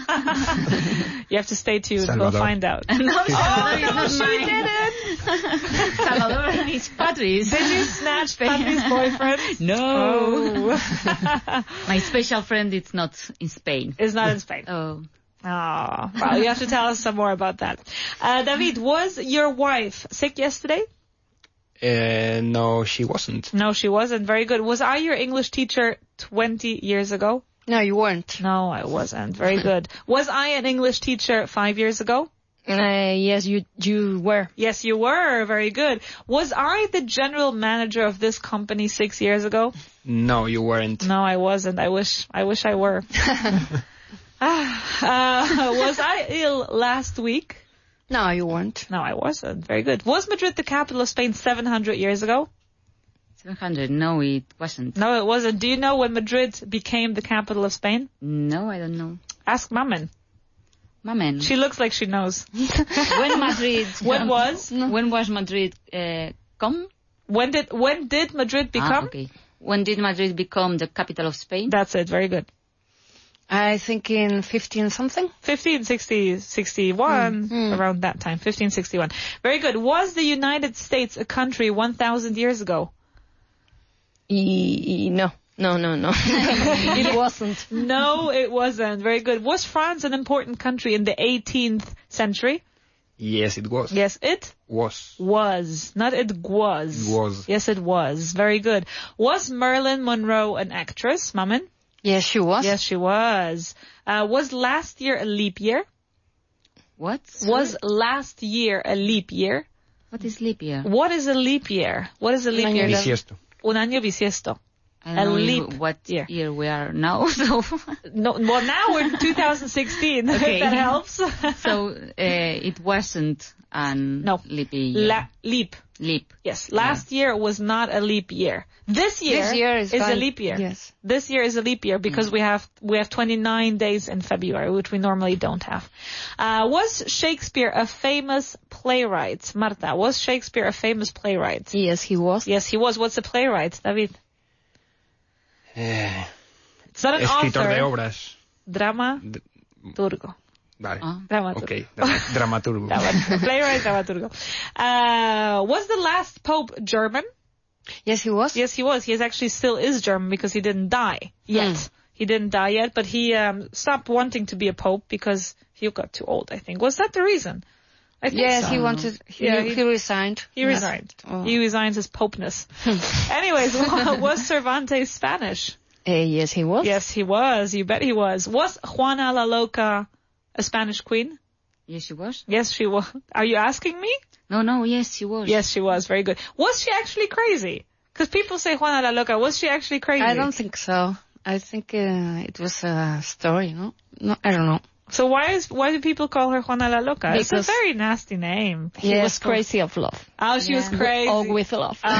S1: you have to stay tuned.
S4: Salvador.
S1: We'll find out.
S3: No,
S1: Oh, no, she didn't.
S3: Salvador is Patrice.
S1: Did you snatch Patri's boyfriend?
S3: No.
S1: Oh.
S3: My special friend is not in Spain.
S1: it's not in Spain. Oh,
S3: Oh,
S1: well, you have to tell us some more about that. Uh, David, was your wife sick yesterday?
S4: Uh, no, she wasn't.
S1: No, she wasn't. Very good. Was I your English teacher 20 years ago?
S5: No, you weren't.
S1: No, I wasn't. Very good. Was I an English teacher five years ago?
S5: Uh, yes, you you were.
S1: Yes, you were. Very good. Was I the general manager of this company six years ago?
S4: No, you weren't.
S1: No, I wasn't. I wish. I wish I were. Ah, uh, was I ill last week?
S5: No, you weren't.
S1: No, I wasn't. Very good. Was Madrid the capital of Spain 700 years ago?
S3: 700. No, it wasn't.
S1: No, it wasn't. Do you know when Madrid became the capital of Spain?
S3: No, I don't know.
S1: Ask Mamen.
S3: My man.
S1: She looks like she knows.
S3: when Madrid?
S1: When was?
S3: When was Madrid? Uh, come?
S1: When did when did Madrid
S3: Ah,
S1: become?
S3: okay. When did Madrid become the capital of Spain?
S1: That's it. Very good.
S5: I think in 15 something.
S1: 1560, 61,
S5: Hmm.
S1: around that time. 1561. Very good. Was the United States a country 1,000 years ago?
S5: E- e- no, no, no, no. it wasn't.
S1: No, it wasn't. Very good. Was France an important country in the 18th century?
S4: Yes, it was.
S1: Yes, it
S4: Was.
S1: was. Not it was.
S4: Was.
S1: Yes, it was. Very good. Was Marilyn Monroe an actress, Mamen?
S5: Yes, she was.
S1: Yes, she was. Uh, was last year a leap year?
S3: What?
S1: Was last year a leap year?
S3: What is leap year?
S1: What is a leap year? What is a leap year?
S4: Bisiesto.
S1: Un año bisiesto.
S3: I
S1: A
S3: don't know
S1: leap
S3: what
S1: year.
S3: year we are now. So,
S1: No, well, now we're in 2016.
S3: Okay.
S1: If that helps.
S3: so uh, it wasn't an
S1: No.
S3: leap year.
S1: La- leap.
S3: leap.
S1: Yes. Last year was not a leap year. This year,
S5: This year is
S1: a
S5: fine.
S1: leap year.
S5: Yes.
S1: This year is a leap year because we have we have 29 days in February, which we normally don't have. Uh, was Shakespeare a famous playwright, Marta? Was Shakespeare a famous playwright?
S5: Yes, he was.
S1: Yes, he was. What's a playwright, David?
S4: Eh,
S1: It's not an
S4: escritor de
S1: author.
S4: obras.
S1: Drama
S4: D-
S1: turgo.
S4: Vale.
S1: Dramaturgo.
S4: Okay, dra- dramaturgo.
S1: Dramaturgo. playwright dramaturgo. Uh, was the last pope German?
S5: Yes, he was.
S1: Yes, he was. He is actually still is German because he didn't die yet.
S5: Hmm.
S1: He didn't die yet, but he um, stopped wanting to be a pope because he got too old. I think was that the reason? I think
S5: Yes,
S1: so.
S5: he wanted. He,
S1: Yeah,
S5: he, Oh.
S1: he-
S5: resigned.
S1: He resigned. He resigned his popeness. Anyways, was Cervantes Spanish?
S5: Uh, yes, he was.
S1: Yes, he was. You bet he was. Was Juana la Loca a Spanish queen?
S3: Yes, she was.
S1: Yes, she was. Are you asking me?
S3: No, no. Yes, she was.
S1: Yes, she was. Very good. Was she actually crazy? Because people say Juana la Loca. Was she actually crazy?
S5: I don't think so. I think uh, it was a story, no? No, I don't know.
S1: So why is why do people call her Juana la Loca?
S5: Because-
S1: it's a very nasty name.
S5: He was crazy of love.
S1: Oh, she was crazy.
S5: Or with love.
S1: All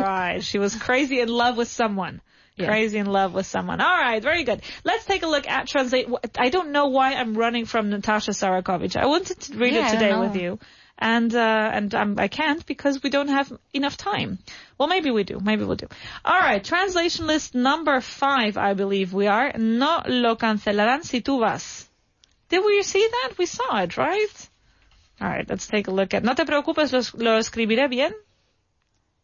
S1: right, she was crazy in love with someone. Crazy in love with someone. All right, very good. Let's take a look at translate. wh- I don't know why I'm running from Natasha Sarakovich. I wanted to read
S3: Yeah,
S1: it
S3: I don't
S1: today
S3: know.
S1: with you, and uh, and um, I can't because we don't have enough time. Well, maybe we do. Maybe we'll do. All right, translation list number five, I believe we are. No lo cancelarán si tú vas. Did we see that? We saw it, right? All right, let's take a look at. No te preocupes, lo, lo escribiré bien.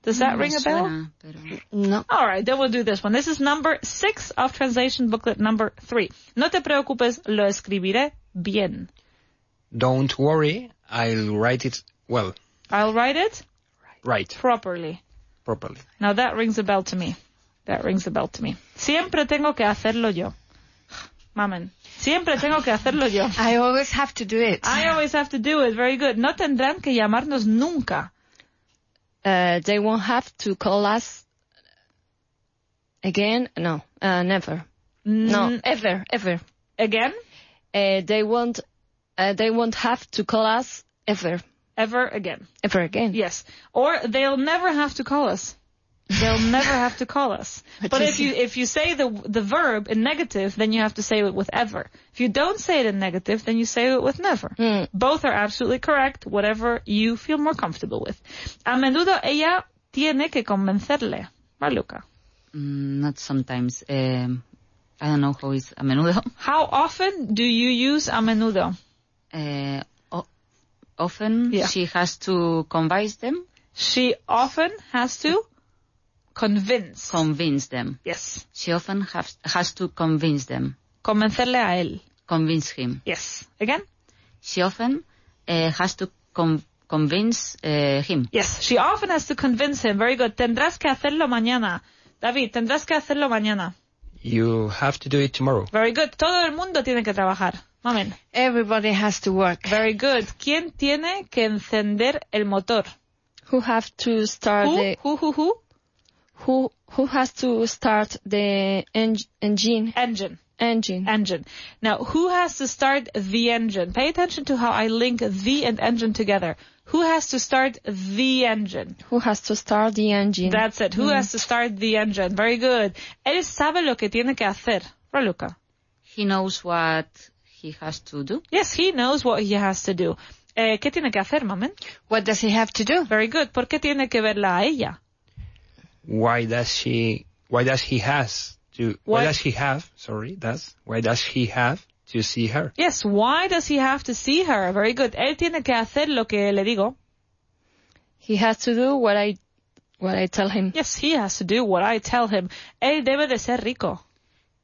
S1: Does that
S3: Mm, Me
S1: ring a bell?
S3: suena, pero-
S5: no.
S1: All right, then we'll do this one. This is number six of translation booklet number three. No te preocupes, lo escribiré bien.
S4: Don't worry, I'll write it, well,
S1: I'll write it
S4: right,
S1: properly.
S4: properly.
S1: Now that rings a bell to me. That rings a bell to me. Siempre tengo que hacerlo yo. Mamen. Siempre tengo que hacerlo yo.
S2: I always have to do it.
S1: I always have to do it. Very good. No tendrán que llamarnos nunca.
S5: Uh, they won't have to call us again. No, uh, never. No,
S1: Mm,
S5: Mm-hmm. ever, ever.
S1: Again?
S5: Uh, they won't. Uh, they won't have to call us ever,
S1: Ever again.
S5: ever again.
S1: Yes. Or they'll never have to call us. They'll never have to call us. But if you if you say the the verb in negative, then you have to say it with ever. If you don't say it in negative, then you say it with never. Both are absolutely correct. Whatever you feel more comfortable with. A menudo ella tiene que convencerle. Maluca.
S3: Mm, not sometimes. Um, I don't know how is a menudo.
S1: How often do you use a menudo?
S3: Uh, o- often
S1: Yeah.
S3: she has to convince them,
S1: She often has to convince.
S3: convince them.
S1: yes.
S3: She often has, has to convince them,
S1: Convencerle a él.
S3: convince him.
S1: Yes. Again?
S3: She often uh, has to con convince uh, him.
S1: Yes. She often has to convince him. Very good. Tendrás que hacerlo mañana. David, tendrás que hacerlo mañana.
S4: You have to do it tomorrow.
S1: Very good. Todo el mundo tiene que trabajar. Mamen.
S2: Everybody has to work.
S1: Very good. ¿Quién tiene que encender el motor?
S5: Who have to start
S1: Who?
S5: the
S1: Who, who, who?
S5: who who has to start the en- engine
S1: Engine.
S5: engine
S1: engine. Now, who has to start the engine? Pay attention to how I link the and engine together. Who has to start the engine?
S5: who has to start the engine
S1: That's it. Who has to start the engine? Very good. Él sabe lo que tiene que hacer. Raluca.
S3: He knows what he has to do.
S1: Yes, he knows what he has to do. Eh, ¿Qué tiene que hacer, mamen?
S2: What does he have to do?
S1: Very good. ¿Por qué tiene que verla a ella?
S4: Why does she? Why does he has to?
S1: Why-
S4: Why does he have? Sorry, does. Why does he have to see her?
S1: Yes, why does he have to see her? Very good. Él tiene que hacer lo que le digo.
S5: he has to do what I what I tell him
S1: Yes, he has to do what I tell him. Él debe de ser rico.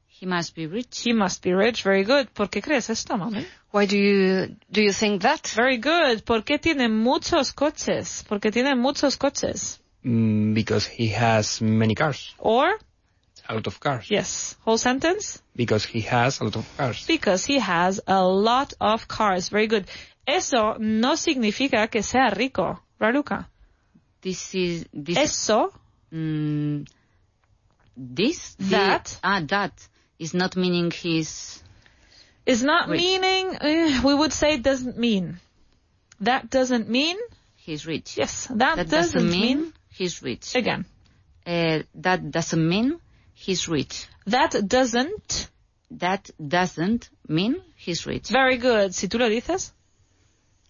S3: He must be rich.
S1: He must be rich. Very good. ¿Por qué crees esto, mamen?
S2: Why do you do you think that?
S1: Very good. ¿Por qué tiene muchos coches? Porque tiene muchos coches.
S4: Mm, because he has many cars,
S1: Or,
S4: a lot of cars.
S1: yes, whole sentence.
S4: Because he has a lot of cars.
S1: Because he has a lot of cars. Very good. Eso no significa que sea rico. Raluca.
S3: This is this.
S1: Eso,
S3: Mm, this the-
S1: That.
S3: ah that is not meaning he's
S1: is not
S3: Rich.
S1: meaning, eh, we would say doesn't mean. That doesn't mean,
S3: he's rich.
S1: yes, that,
S3: That
S1: doesn't, mean,
S3: he's rich.
S1: again,
S3: Uh, that doesn't mean he's rich.
S1: that doesn't,
S3: That doesn't mean he's rich.
S1: very good. Si tú lo dices,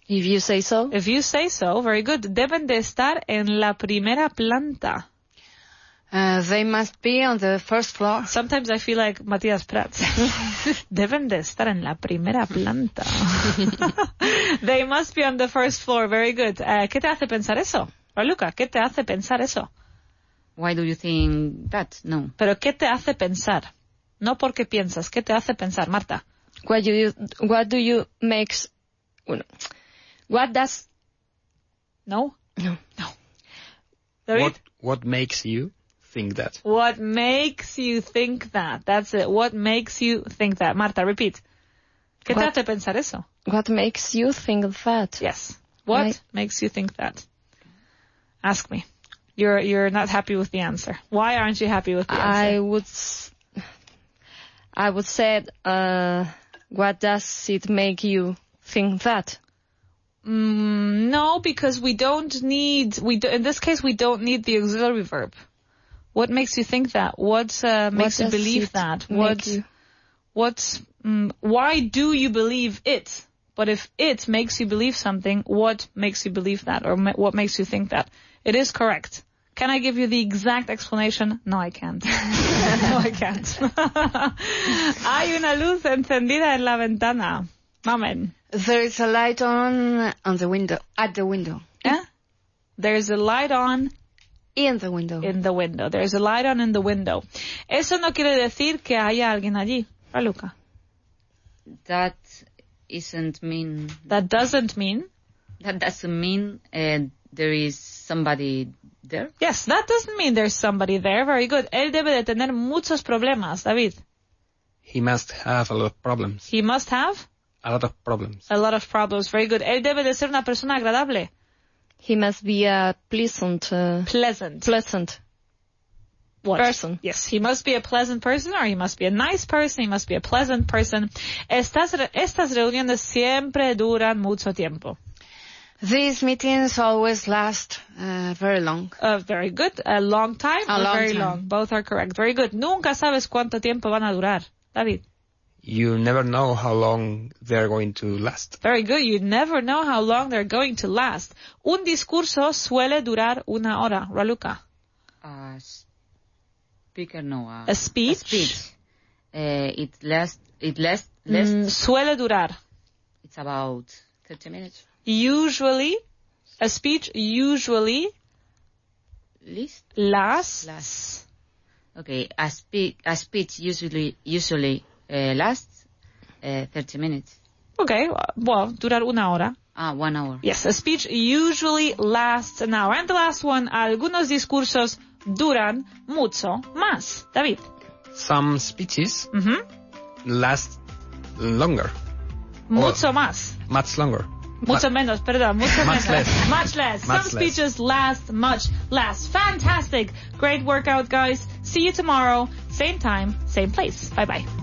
S5: if you say so
S1: if you say so, very good. Deben de estar en la primera planta.
S2: Uh, they must be on the first floor.
S1: Sometimes I feel like Matías Prats. Deben de estar en la primera planta. They must be on the first floor. Very good. Eh, ¿Qué te hace pensar eso? Luca, ¿qué te hace pensar eso?
S3: Why do you think that? No.
S1: Pero ¿qué te hace pensar? No porque piensas. ¿Qué te hace pensar, Marta?
S5: what do you what do you makes bueno, what does
S1: No?
S5: No.
S1: No. David?
S4: What What makes you think that?
S1: What makes you think that? That's it. What makes you think that? Marta, repeat. ¿Qué
S5: What-
S1: te hace pensar eso?
S5: what makes you think that
S1: Yes. What
S5: Right.
S1: makes you think that? Ask me. You're you're not happy with the answer. Why aren't you happy with the
S5: I
S1: answer?
S5: would s- I would say uh what does it make you think that
S1: Mm, no, because we don't need we do, in this case we don't need the auxiliary verb. What makes you think that? What uh, makes
S5: What
S1: you
S5: does
S1: believe
S5: it
S1: that?
S5: make
S1: What
S5: you-
S1: what mm, why do you believe it? But if it makes you believe something, what makes you believe that or ma- what makes you think that? It is correct. Can I give you the exact explanation? No, I can't. no, I can't. Hay una luz encendida en la ventana. Mamen.
S2: There is a light on on the window at the window
S1: Eh? There's a light on
S2: in the window.
S1: in the window. There's a light on in the window. Eso no quiere decir que haya alguien allí. Raluca.
S3: That isn't mean.
S1: That doesn't mean
S3: That doesn't mean uh, there is somebody there.
S1: Yes, that doesn't mean there's somebody there. Very good. Él debe de tener muchos problemas, David.
S4: He must have a lot of problems.
S1: He must have
S4: A lot of problems.
S1: a lot of problems. Very good. Él debe de ser una persona agradable.
S5: He must be a pleasant, uh,
S1: Pleasant.
S5: pleasant
S1: What?
S5: person.
S1: Yes, he must be a pleasant person or he must be a nice person, he must be a pleasant person. Estas, re- estas reuniones siempre duran mucho tiempo.
S2: These meetings always last uh, very long.
S1: Uh, very good. A long time
S2: A
S1: or
S2: long
S1: very
S2: time.
S1: long. Both are correct. Very good. Nunca sabes cuánto tiempo van a durar. David.
S4: You never know how long they're going to last.
S1: Very good. You never know how long they're going to last. Un discurso suele durar una hora. Raluca.
S3: A speaker, no. A,
S1: A speech.
S3: speech. Uh, it lasts, it lasts, lasts
S1: Mm, suele durar.
S3: it's about 30 minutes.
S1: Usually, a speech usually
S3: List?
S1: lasts.
S3: Lasts. Okay, a, spe- a speech usually, usually uh, lasts uh, 30 minutes.
S1: Okay. Well, durar una hora.
S3: Ah, one hour.
S1: Yes, a speech usually lasts an hour. And the last one, algunos discursos duran mucho más. David.
S4: Some speeches
S1: Mhm.
S4: last longer,
S1: Mucho más.
S4: much longer.
S1: Mucho menos, perdón. Mucho
S4: Much
S1: menos.
S4: less.
S1: Much less.
S4: Much
S1: Some
S4: less.
S1: speeches last much less. Fantastic. Great workout, guys. See you tomorrow. Same time, same place. Bye bye.